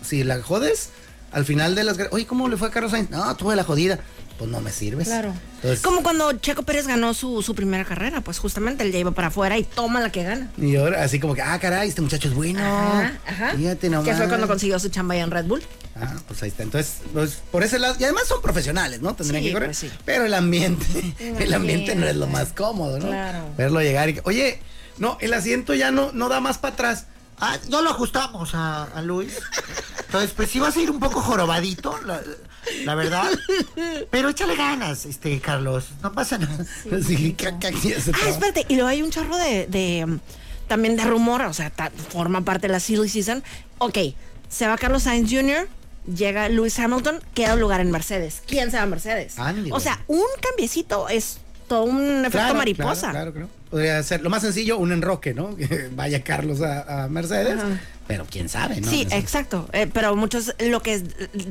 C: si la jodes, al final de las... gra- Oye, ¿cómo le fue a Carlos Sainz? No, tuve la jodida. Pues no me sirves. Entonces,
A: Como cuando Checo Pérez ganó su, su primera carrera, pues justamente él ya iba para afuera y toma la que gana.
C: Y ahora, así como que, ah, caray, este muchacho es bueno.
A: Ajá, ajá.
C: Fíjate nomás.
A: Que fue cuando consiguió su chamba ya en Red Bull.
C: Ah, pues ahí está. Entonces, pues, por ese lado, y además son profesionales, ¿no? Tendrían
A: Sí,
C: que correr.
A: pues sí.
C: Pero el ambiente, [LAUGHS] el ambiente no es lo más cómodo, ¿no?
A: Claro.
C: Verlo llegar y que, oye, no, el asiento ya no, no da más para atrás.
D: Ah, no lo ajustamos a, a Luis. Entonces, pues sí vas a ir un poco jorobadito, la, la verdad. Pero échale ganas, este, Carlos. No pasa nada.
C: Así que, que aquí ya se
A: Ah,
C: traba.
A: espérate, y luego hay un chorro de, de, mm, también de rumor, o sea, ta- forma parte de la silly season. Ok, se va Carlos Sainz Jr., llega Lewis Hamilton, queda un lugar en Mercedes. ¿Quién se va a Mercedes?
C: Andy,
A: o sea, un cambiecito es todo un efecto
C: Claro,
A: mariposa.
C: Claro, claro, claro. podría ser lo más sencillo, un enroque, ¿no? [LAUGHS] Que vaya Carlos a, a Mercedes, pero quién sabe, ¿no?
A: sí,
C: No sé.
A: exacto. Eh, pero muchos, lo que es-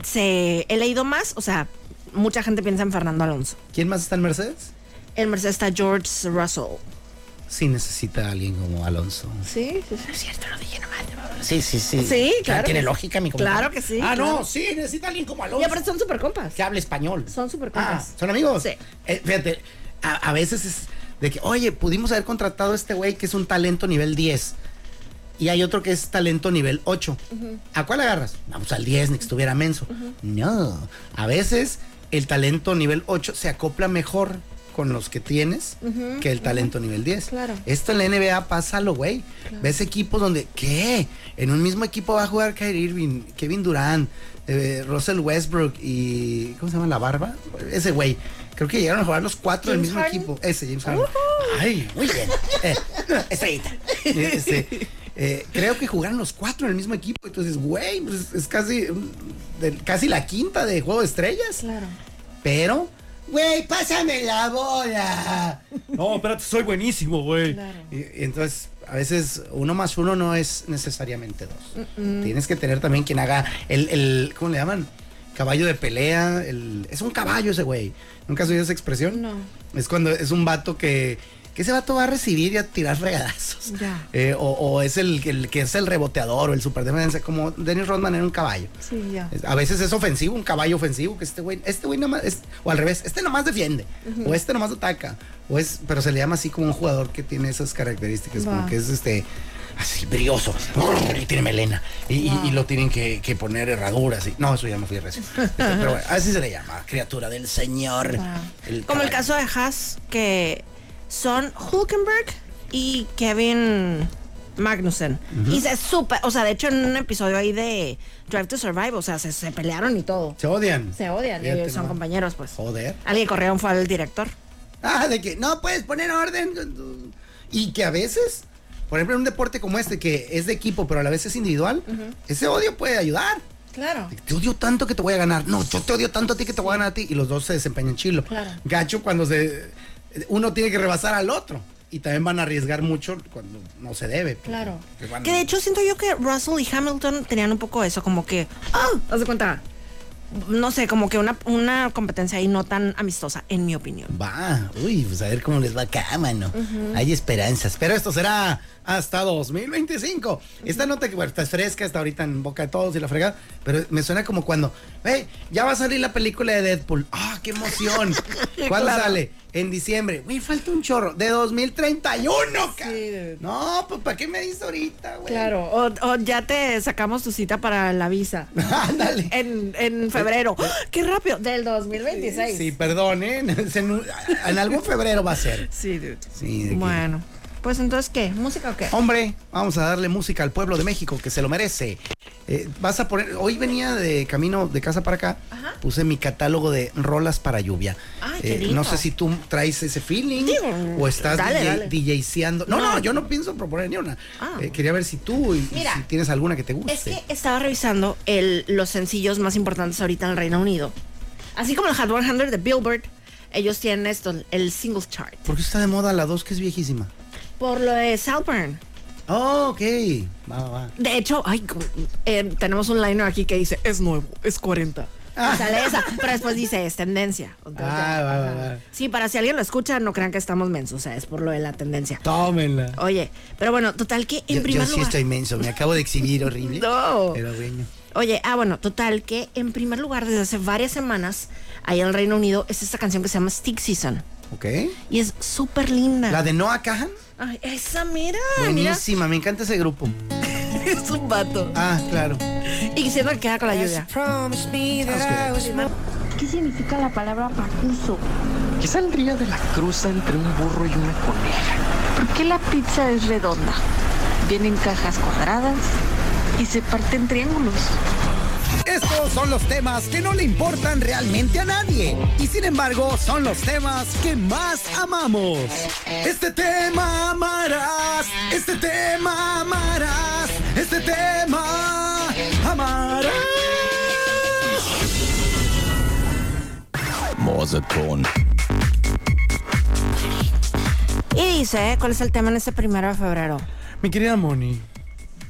A: se he leído más, o sea, mucha gente piensa en Fernando Alonso.
C: ¿Quién más está en Mercedes?
A: En Mercedes está George Russell.
C: Sí necesita a alguien como Alonso.
A: Sí, sí,
C: Es cierto, lo dije nomás. Sí, sí, sí.
A: Sí,
C: Ah,
A: claro.
C: Tiene lógica mi comentario.
A: Claro que sí,
C: Ah,
A: claro.
C: no, sí, necesita alguien como
A: Y
C: Alonso.
A: aparte son super compas.
C: que hable español.
A: Son súper compas.
C: Ah, ¿Son amigos?
A: Sí.
C: Eh, fíjate, a, a veces es de que, oye, pudimos haber contratado a este güey que es un talento nivel 10. Y hay otro que es talento nivel 8. ¿A cuál agarras? Vamos al 10, ni que estuviera menso. No. A veces el talento nivel 8 se acopla mejor con los que tienes que el talento nivel 10.
A: Claro.
C: Esto en la NBA pasa lo güey. Ves equipos donde, ¿qué? En un mismo equipo va a jugar Kyrie Irving, Kevin Durant, eh, Russell Westbrook y. ¿Cómo se llama la barba? Ese güey. Creo que llegaron a jugar los cuatro del
A: James
C: mismo
A: Harden. Uh-huh.
C: equipo. Ese, James Harden. Ay, muy
A: [LAUGHS]
C: bien. Eh, estrellita. Eh, este, eh, creo que jugaron los cuatro en el mismo equipo. Entonces, güey, pues, es casi, mm, del- casi la quinta de Juego de Estrellas.
A: Claro.
C: Pero, güey, pásame la bola. No, espérate, soy buenísimo, güey.
A: Claro.
C: Y- y entonces, a veces uno más uno no es necesariamente dos. Tienes que tener también quien haga el, el- ¿cómo le llaman? Caballo de pelea. el- es un caballo ese güey. ¿Nunca has oído esa expresión?
A: No.
C: Es cuando es un vato que, que ese vato va a recibir y a tirar fregadazos.
A: Ya.
C: Eh, o, o es el, el que es el reboteador o el superdefensa, como Dennis Rodman era un caballo.
A: Sí, ya.
C: Es- A veces es ofensivo, un caballo ofensivo, que este güey, este güey nomás, es- o al revés, este nomás defiende, o este nomás ataca, o es, pero se le llama así como un jugador que tiene esas características,
A: Va.
C: como que es este, así brioso, y tiene melena, y, y- y lo tienen que, que poner herraduras, y, no, eso ya me fui
A: [LAUGHS]
C: recio. Este, pero bueno, así se le llama, criatura del señor.
A: Ah.
C: el
A: Como el
C: caballo.
A: caso de Haas, que son Hulkenberg y Kevin Magnussen. Y se super, o sea, de hecho en un episodio ahí de Drive to Survive, o sea, se, se pelearon y todo.
C: Se odian.
A: Se odian,
C: Fíjate
A: ellos son
C: nomás.
A: compañeros, pues.
C: Joder.
A: Alguien corrieron fue al director.
C: Ah, de que no puedes poner orden. Y que a veces, por ejemplo, en un deporte como este, que es de equipo, pero a la vez es individual, ese odio puede ayudar.
A: Claro.
C: Te odio tanto que te voy a ganar. No, yo te odio tanto a ti que te voy a ganar a ti. Y los dos se desempeñan chilo.
A: Claro.
C: Gacho cuando se, uno tiene que rebasar al otro. Y también van a arriesgar mucho cuando no se debe.
A: Claro.
C: Que van-
A: Que de hecho siento yo que Russell y Hamilton tenían un poco eso, como que, ah, haz de cuenta, no sé, como que una, una competencia ahí no tan amistosa, en mi opinión.
C: Va, uy, pues a ver cómo les va acá, mano. Hay esperanzas. Pero esto será hasta 2025. Esta nota que, bueno, está fresca, está ahorita en boca de todos y la fregada. Pero me suena como cuando, hey, ya va a salir la película de Deadpool. ¡Ah, qué emoción!
A: [LAUGHS]
C: ¿Cuándo sale? En diciembre. Güey, falta un chorro. De 2031, ca- No, pues ¿para qué me dices ahorita, güey?
A: Claro, o, o ya te sacamos tu cita para la visa
C: [LAUGHS] Ándale.
A: en, en febrero. ¡Ah! ¡Qué rápido! Del 2026.
C: Sí, perdón, ¿eh? [LAUGHS] En, en algún febrero va a ser.
A: Sí, dude.
C: Sí, de Oh, que-
A: Bueno, pues entonces, ¿qué? ¿Música o qué?
C: Hombre, vamos a darle música al pueblo de México que se lo merece. Eh, vas a poner, hoy venía de camino de casa para acá,
A: Ajá.
C: puse mi catálogo de rolas para lluvia. Eh,
A: Ay, qué
C: no
A: lindo.
C: sé si tú traes ese feeling
A: Digo,
C: o estás
A: dale,
C: DJ
A: dale.
C: DJceando. No, no,
A: No.
C: yo no pienso proponer ni una.
A: Ah.
C: Eh, quería ver si tú y, y
A: Mira.
C: si tienes alguna que te guste.
A: Es que estaba revisando el, los sencillos más importantes ahorita en el Reino Unido. Así como el Hot 100 de Billboard, ellos tienen esto, el singles chart.
C: ¿Por qué está de moda la 2 que es viejísima?
A: Por lo de Salburn.
C: Oh, ok. Va, va, va.
A: De hecho, ay, como- eh, tenemos un liner aquí que dice, es nuevo, es 40. Y sale esa, pero después dice, es tendencia. Entonces,
C: Ah,
A: ya,
C: va, va,
A: ajá.
C: va.
A: Sí, para si alguien lo escucha, no crean que estamos mensos, o sea, es por lo de la tendencia.
C: Tómenla.
A: Oye, pero bueno, total que en
C: Yo, yo
A: primer
C: sí
A: lugar...
C: estoy menso, me acabo de exhibir horrible.
A: [LAUGHS] No.
C: Pero bueno.
A: Oye, ah, bueno, total que en primer lugar desde hace varias semanas, ahí en el Reino Unido, es esta canción que se llama Stick Season.
C: Ok.
A: Y es súper linda.
C: La de Noah Cahan.
A: Ay, esa, mira,
C: Buenísima, me encanta ese grupo.
A: mira. Es un vato.
C: Ah, claro.
A: Y siendo que queda con la lluvia.
E: ¿Qué significa la palabra pacuso?
F: ¿Qué saldría de la cruza entre un burro y una coneja?
E: ¿Por qué la pizza es redonda? Viene en cajas cuadradas y se parte en triángulos.
C: Estos son los temas que no le importan realmente a nadie. Y sin embargo, son los temas que más amamos. Este tema amarás. Este tema amarás. Este tema amarás.
G: Morse Code.
A: Y dice, ¿eh? ¿cuál es el tema en este primero de febrero?
C: Mi querida Moni,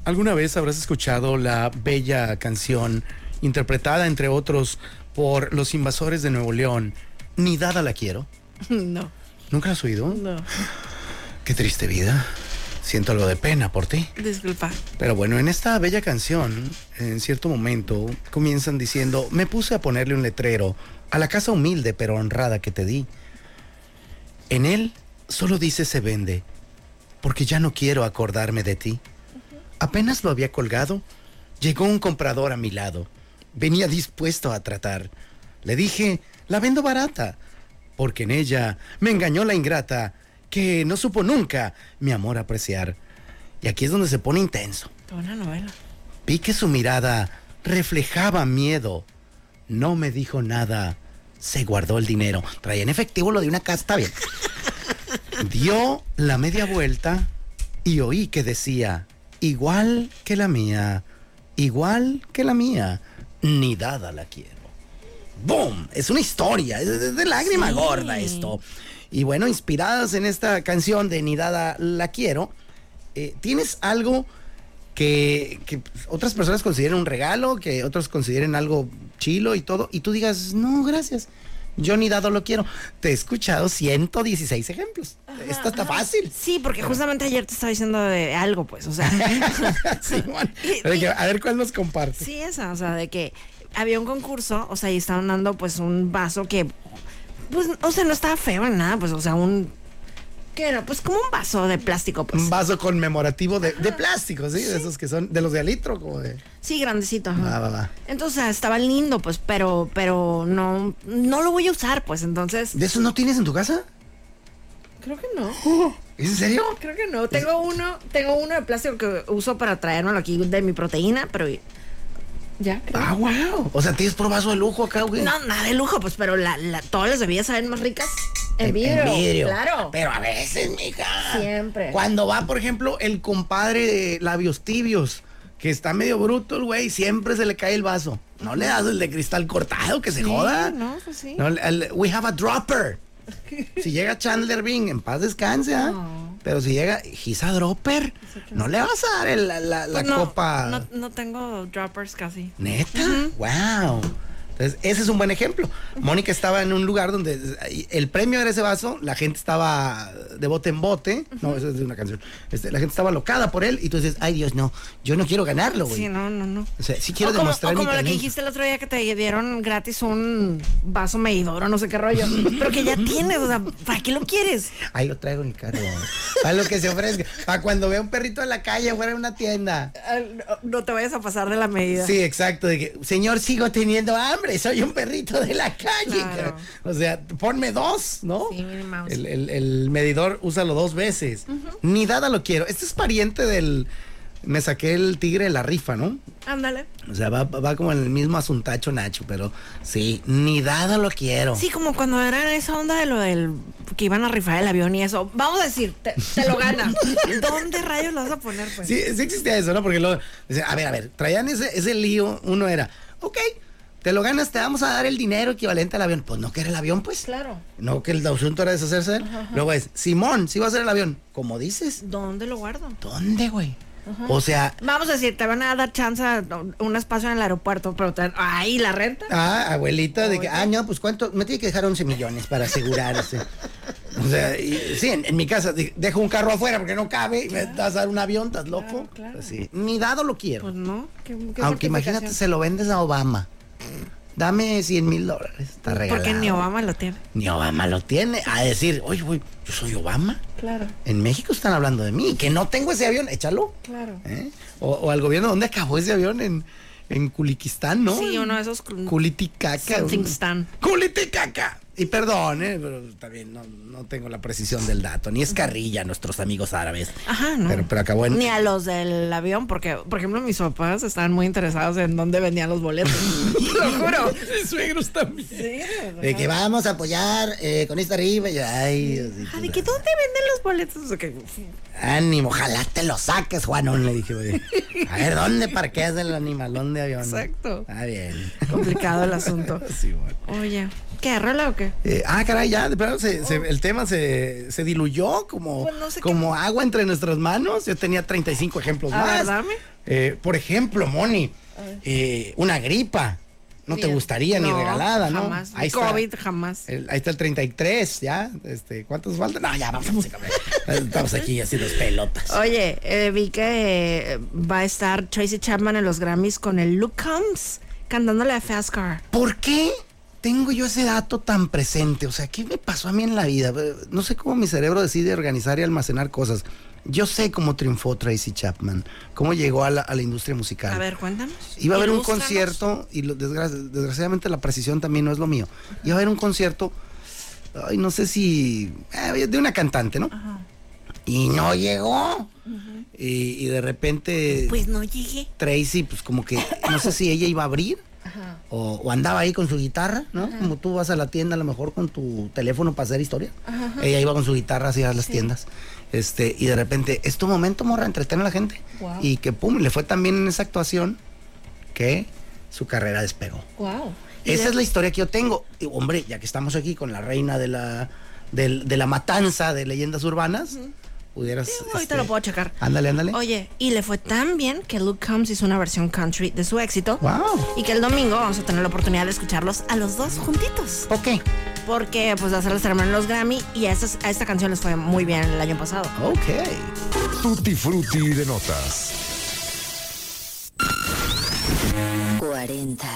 C: ¿alguna vez habrás escuchado la bella canción interpretada, entre otros, por los invasores de Nuevo León? Ni dada la quiero.
A: No,
C: ¿Nunca la has oído?
A: no,
C: Qué triste vida. Siento algo de pena por ti.
A: disculpa.
C: Pero bueno, en esta bella canción, en cierto momento, comienzan diciendo, me puse a ponerle un letrero a la casa humilde pero honrada que te di. En él solo dice se vende, porque ya no quiero acordarme de ti. Apenas lo había colgado, llegó un comprador a mi lado. Venía dispuesto a tratar. Le dije, la vendo barata, porque en ella me engañó la ingrata, que no supo nunca mi amor apreciar. Y aquí es donde se pone intenso.
A: Toda una novela.
C: Vi que su mirada reflejaba miedo. No me dijo nada. Se guardó el dinero. Traía en efectivo lo de una casa, está bien. Dio la media vuelta y oí que decía, igual que la mía, igual que la mía, ni dada la quiero. ¡Boom! Es una historia, es, es de lágrima gorda esto. Y bueno, inspiradas en esta canción de Ni dada la quiero, eh, ¿tienes algo que, que otras personas consideren un regalo, que otros consideren algo chilo y todo, y tú digas, no, gracias, yo ni dado lo quiero. Te he escuchado 116 ejemplos. Esta está fácil.
A: [LAUGHS] Sí, porque justamente ayer te estaba diciendo de algo, pues, o sea.
C: Simón.
A: Y-
C: Pero
A: y-
C: que- a ver cuál nos comparte.
A: Sí, esa, o sea, de que había un concurso, o sea, y estaban dando pues un vaso que, pues, o sea, no estaba feo ni nada, pues, o sea, un, ¿qué era? Pues como un vaso de plástico, pues.
C: Un vaso conmemorativo de, de plástico, ¿sí? De esos que son, de los de alitro, como de.
A: Sí, grandecito. ajá.
C: Va, va, va.
A: Entonces, o sea, estaba lindo, pues, pero, pero no, no lo voy a usar, pues, entonces.
C: ¿De esos no tienes en tu casa?
A: Creo que no.
C: ¿Es en serio?
A: Creo que no. Tengo uno, tengo uno de plástico que uso para traérmelo aquí de mi proteína, pero ya, creo.
C: Ah, wow. O sea, tienes por vaso de lujo acá, güey.
A: No, nada de lujo, pues, pero la, la- todas las bebidas saben más ricas en vidrio. Claro.
C: Pero a veces, mija.
A: Siempre.
C: Cuando va, por ejemplo, el compadre de labios tibios, que está medio bruto el güey, siempre se le cae el vaso. No le das el de cristal cortado, que se joda.
A: no, pues sí.
C: No, el- el- we have a dropper. Si llega Chandler Bing, en paz descanse, ¿ah? Pero si llega, he's a dropper. No le vas a dar el- la, la- la
A: Pues no,
C: copa.
A: No, no tengo droppers casi.
C: ¿Neta? ¡Wow! Entonces, ese es un buen ejemplo. Mónica estaba en un lugar donde eh, el premio era ese vaso, la gente estaba de bote en bote. No, eso es de una canción. Este, la gente estaba locada por él y tú dices, ay Dios, no, yo no quiero ganarlo, güey.
A: Sí, no, no, no.
C: O sea, sí quiero
A: o como,
C: demostrar mi
A: o como la que
C: talento.
A: dijiste el otro día que te dieron gratis un vaso medidor o no sé
C: [LAUGHS]
A: qué rollo. pero que ya tienes, o sea, ¿para qué lo quieres?
C: Ahí lo traigo en el carro. [LAUGHS] Para lo que se ofrezca. Para cuando vea un perrito en la calle fuera de una tienda.
A: Ah, no- No te vayas a pasar de la medida.
C: Sí, exacto. de que, Señor, sigo teniendo hambre. Soy un perrito de la calle.
A: Claro.
C: ca-". [LAUGHS] O sea, ponme dos, ¿no?
A: Sí, Minnie Mouse.
C: el, el- el medidor, úsalo dos veces. Ni dada lo quiero. Este es pariente del. Me saqué el tigre de la rifa, ¿no?
A: Ándale.
C: O sea, va, va como en el mismo asuntacho, Nacho, pero sí, ni dada lo quiero.
A: Sí, como cuando era esa onda de lo del que iban a rifar el avión y eso. Vamos a decir, te, te
C: [LAUGHS]
A: lo ganas. ¿Dónde rayos lo vas a poner, pues?
C: Sí, sí existía eso, ¿no? Porque luego, decía, a ver, a ver, traían ese, ese lío, uno era, ok, te lo ganas, te vamos a dar el dinero equivalente al avión. Pues no que era el avión, pues.
A: Claro.
C: No que el asunto era deshacerse de él. Luego es, Simón, sí va a ser el avión. Como dices,
A: ¿Dónde lo guardo?
C: ¿dónde, güey? O sea,
A: Vamos a decir, te van a dar chance a un espacio en el aeropuerto, pero te, ay, la renta.
C: ah, abuelita, de que, ah, no, pues cuánto, me tiene que dejar 11 millones para asegurarse. o sea, y- sí, en, en mi casa de- dejo un carro afuera porque no cabe, y me vas a dar un avión, estás loco.
A: claro.
C: Así, Ni dado lo quiero.
A: Pues no, ¿qué- qué
C: Aunque imagínate,
A: justificación?
C: se lo vendes a Obama. Dame 100 mil dólares. Está regalado.
A: Porque ni Obama lo tiene.
C: Ni Obama lo tiene. A decir, oye, güey, yo soy Obama.
A: Claro,
C: En México están hablando de mí. Que no tengo ese avión, échalo.
A: claro.
C: ¿Eh? O, o al gobierno, ¿dónde acabó ese avión? En, en Culiquistán, ¿no?
A: Sí, uno de esos mm, cul-
C: Culiticaca.
A: Somethingstán.
C: Culiticaca. Y perdón, ¿eh? pero también no, no tengo la precisión del dato. Ni es carrilla, nuestros amigos árabes.
A: Ajá, no.
C: Pero, pero acabó en.
A: Ni a los del avión, porque, por ejemplo, mis papás estaban muy interesados en dónde vendían los boletos.
C: [LAUGHS]
A: lo juro.
C: [LAUGHS] Mis suegros también.
A: Sí.
C: De que vamos a apoyar eh, con esta arriba. y- ay, Diosito.
A: Ah, ¿De que dónde venden los boletos? O que-
C: Ánimo, ojalá te lo saques, Juanón, le dije. güey. A ver, ¿dónde parqueas el animalón de avión?
A: Exacto.
C: Está bien.
A: Complicado el asunto. Oye, ¿qué rola o qué? qué?
C: Eh, ah, caray, ya, de plano se- se- el tema se, se diluyó como,
A: Oh. Pues no sé qué-
C: como agua entre nuestras manos. Yo tenía 35 ejemplos
A: A
C: más.
A: ver, dame.
C: Eh, por ejemplo, Moni, eh, una gripa. No te
A: Bien.
C: gustaría ni
A: No,
C: regalada, ¿no?
A: jamás. Ni
C: está. Eh.
A: COVID, jamás.
C: El- ahí está el 33, ¿ya? Este, ¿Cuántos faltan? No, ya, vamos a música,
A: [LAUGHS]
C: hombre. Estamos aquí haciendo pelotas.
A: Oye, eh, vi que eh, va a estar Tracy Chapman en los Grammys con el Luke Combs cantándole a Fast Car.
C: ¿Por qué tengo yo ese dato tan presente? O sea, ¿qué me pasó a mí en la vida? Eh, No sé cómo mi cerebro decide organizar y almacenar cosas. Yo sé cómo triunfó Tracy Chapman, cómo llegó a la, a la industria musical.
A: A ver, cuéntanos.
C: Iba a haber un
A: Ilústranos.
C: concierto, y lo- desgra- desgraciadamente la precisión también no es lo mío. Iba a haber un concierto, ay, no sé si. eh, de una cantante, ¿no? Y no llegó. y, y de repente.
A: Pues no llegué.
C: Tracy, pues como que, no sé si ella iba a abrir o, o andaba ahí con su guitarra, ¿no? Como tú vas a la tienda a lo mejor con tu teléfono para hacer historia. Ella iba con su guitarra así a las tiendas. Este, y de repente, es tu momento, morra, entretener a la gente.
A: Guau.
C: Y que pum, le fue tan bien en esa actuación que su carrera despegó.
A: Wow.
C: Esa es la historia que yo tengo. Y, hombre, ya que estamos aquí con la reina de la, del- de la matanza de leyendas urbanas, pudieras.
A: Ahorita
C: este,
A: lo puedo checar.
C: Ándale, ándale.
A: Oye, y le fue tan bien que Luke Combs hizo una versión country de su éxito.
C: Wow.
A: Y que el domingo vamos a tener la oportunidad de escucharlos a los dos juntitos.
C: Ok.
A: Porque pues hacer la ceremonia en los Grammy y a, esas- a esta canción les fue muy bien el año pasado.
C: Ok.
H: Tutti frutti de notas.
I: 40.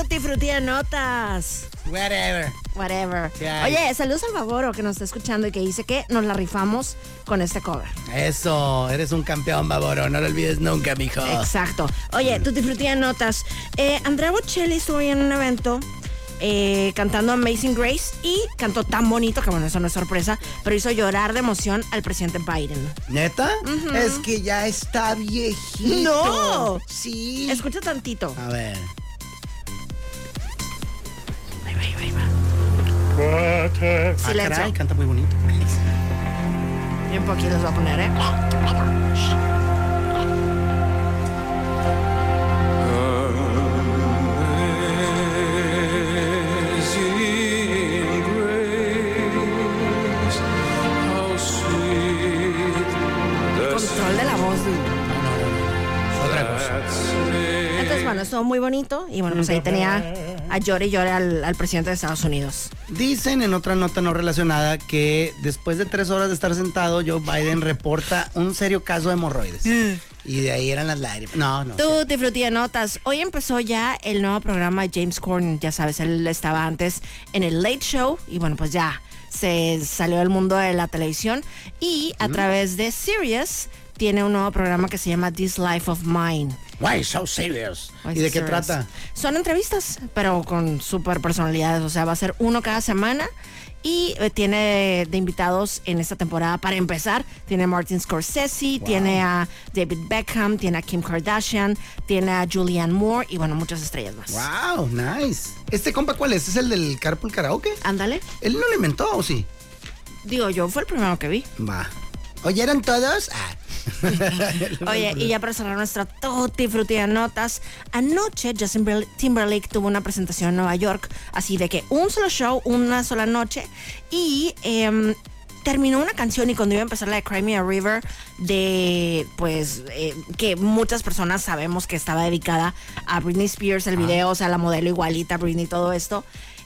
A: Tutti frutti de notas.
C: Whatever.
A: Whatever.
C: ¿Qué hay?
A: Oye, saludos al favor que nos está escuchando y que dice que nos la rifamos con este cover.
C: Eso, eres un campeón, Baboro. No lo olvides nunca, mijo.
A: Exacto. Oye, tú disfrutías notas. Eh, Andrea Bocelli estuvo hoy en un evento eh, cantando Amazing Grace y cantó tan bonito que, bueno, eso no es sorpresa, pero hizo llorar de emoción al presidente Biden.
C: ¿Neta? Es que ya está viejito.
A: No.
C: Sí.
A: Escucha tantito.
C: A ver.
A: Ahí va, ahí va, ahí va.
C: Ah,
A: Silencio.
C: caray, canta muy bonito.
A: Bien poquito les voy a poner, ¿eh? Control de la voz, dude.
C: Otra cosa.
A: Entonces, bueno, estuvo muy bonito y, bueno, pues ahí tenía a llore y llore al, al presidente de Estados Unidos.
C: Dicen en otra nota no relacionada que después de tres horas de estar sentado, Joe Biden reporta un serio caso de hemorroides. Y de ahí eran las lágrimas. No, no.
A: Mm. Tú disfruté de notas. Hoy empezó ya el nuevo programa de James Corden. Ya sabes, él estaba antes en el Late Show y bueno, pues ya se salió del mundo de la televisión y
C: Mm.
A: a través de Sirius tiene un nuevo programa que se llama This Life of Mine.
C: Why so serious? ¿Y de qué
A: Sirius.
C: trata?
A: Son entrevistas, pero con super personalidades. O sea, va a ser uno cada semana. Y eh, tiene de invitados en esta temporada para empezar. Tiene a Martin Scorsese, tiene a David Beckham, tiene a Kim Kardashian, tiene a Julianne Moore y bueno, muchas estrellas más.
C: Wow, nice. ¿Este compa cuál es? ¿Es el del Carpool Karaoke?
A: Ándale.
C: ¿Él no lo inventó o sí?
A: Digo, yo fue el primero que vi.
C: Va. ¿Oyeron todos? Ah.
A: Oye, y ya para cerrar nuestra tutti frutti de notas, anoche Justin Timberl- Timberlake tuvo una presentación en Nueva York, así de que un solo show, una sola noche, y em, terminó una canción y cuando iba a empezar la de Cry Me a River, de pues eh, que muchas personas sabemos que estaba dedicada a Britney Spears, el video, o sea, la modelo igualita, Britney, todo esto,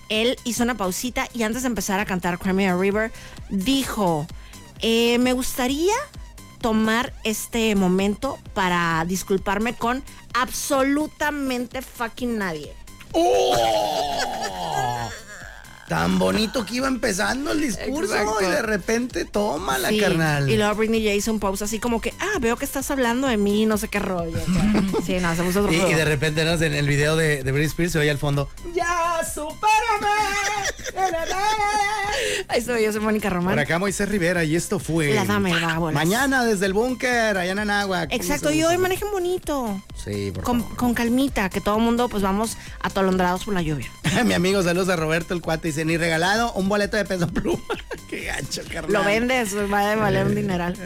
A: él hizo una pausita y antes de empezar a cantar Cry Me a River, dijo, eh, me gustaría tomar este momento para disculparme con absolutamente fucking nadie. ¡Oh!
C: Tan bonito que iba empezando el discurso
A: Exacto.
C: y de repente toma la
A: Sí,
C: carnal.
A: Y luego Britney ya hizo un pause así como que, ah, veo que estás hablando de mí, no sé qué rollo. o sea. sí, no, se puso otro
C: Y- y
A: juego.
C: de repente ¿no? en el video de, de Britney Spears se oye al fondo. ¡Ya, supérame!
A: Ahí estoy yo, soy Mónica Román.
C: Por acá Moisés Rivera y esto fue...
A: La dama del vagabolas.
C: Mañana desde el búnker, allá en Anáhuac.
A: Exacto, y hoy manejen bonito.
C: Sí, por
A: Con,
C: favor.
A: con calmita, que todo el mundo pues vamos atolondrados por la lluvia.
C: [LAUGHS] Mi amigo, saludos a Roberto el cuate. Dice, ni regalado un boleto de peso pluma. [LAUGHS] Qué gancho, carnal.
A: Lo vendes, pues, va a valer
C: Eh.
A: un dineral.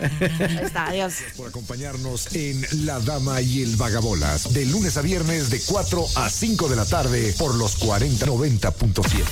A: Ahí está, adiós.
H: por acompañarnos en La Dama y el Vagabolas, de lunes a viernes de 4 a 5 de la tarde por los 4090.7.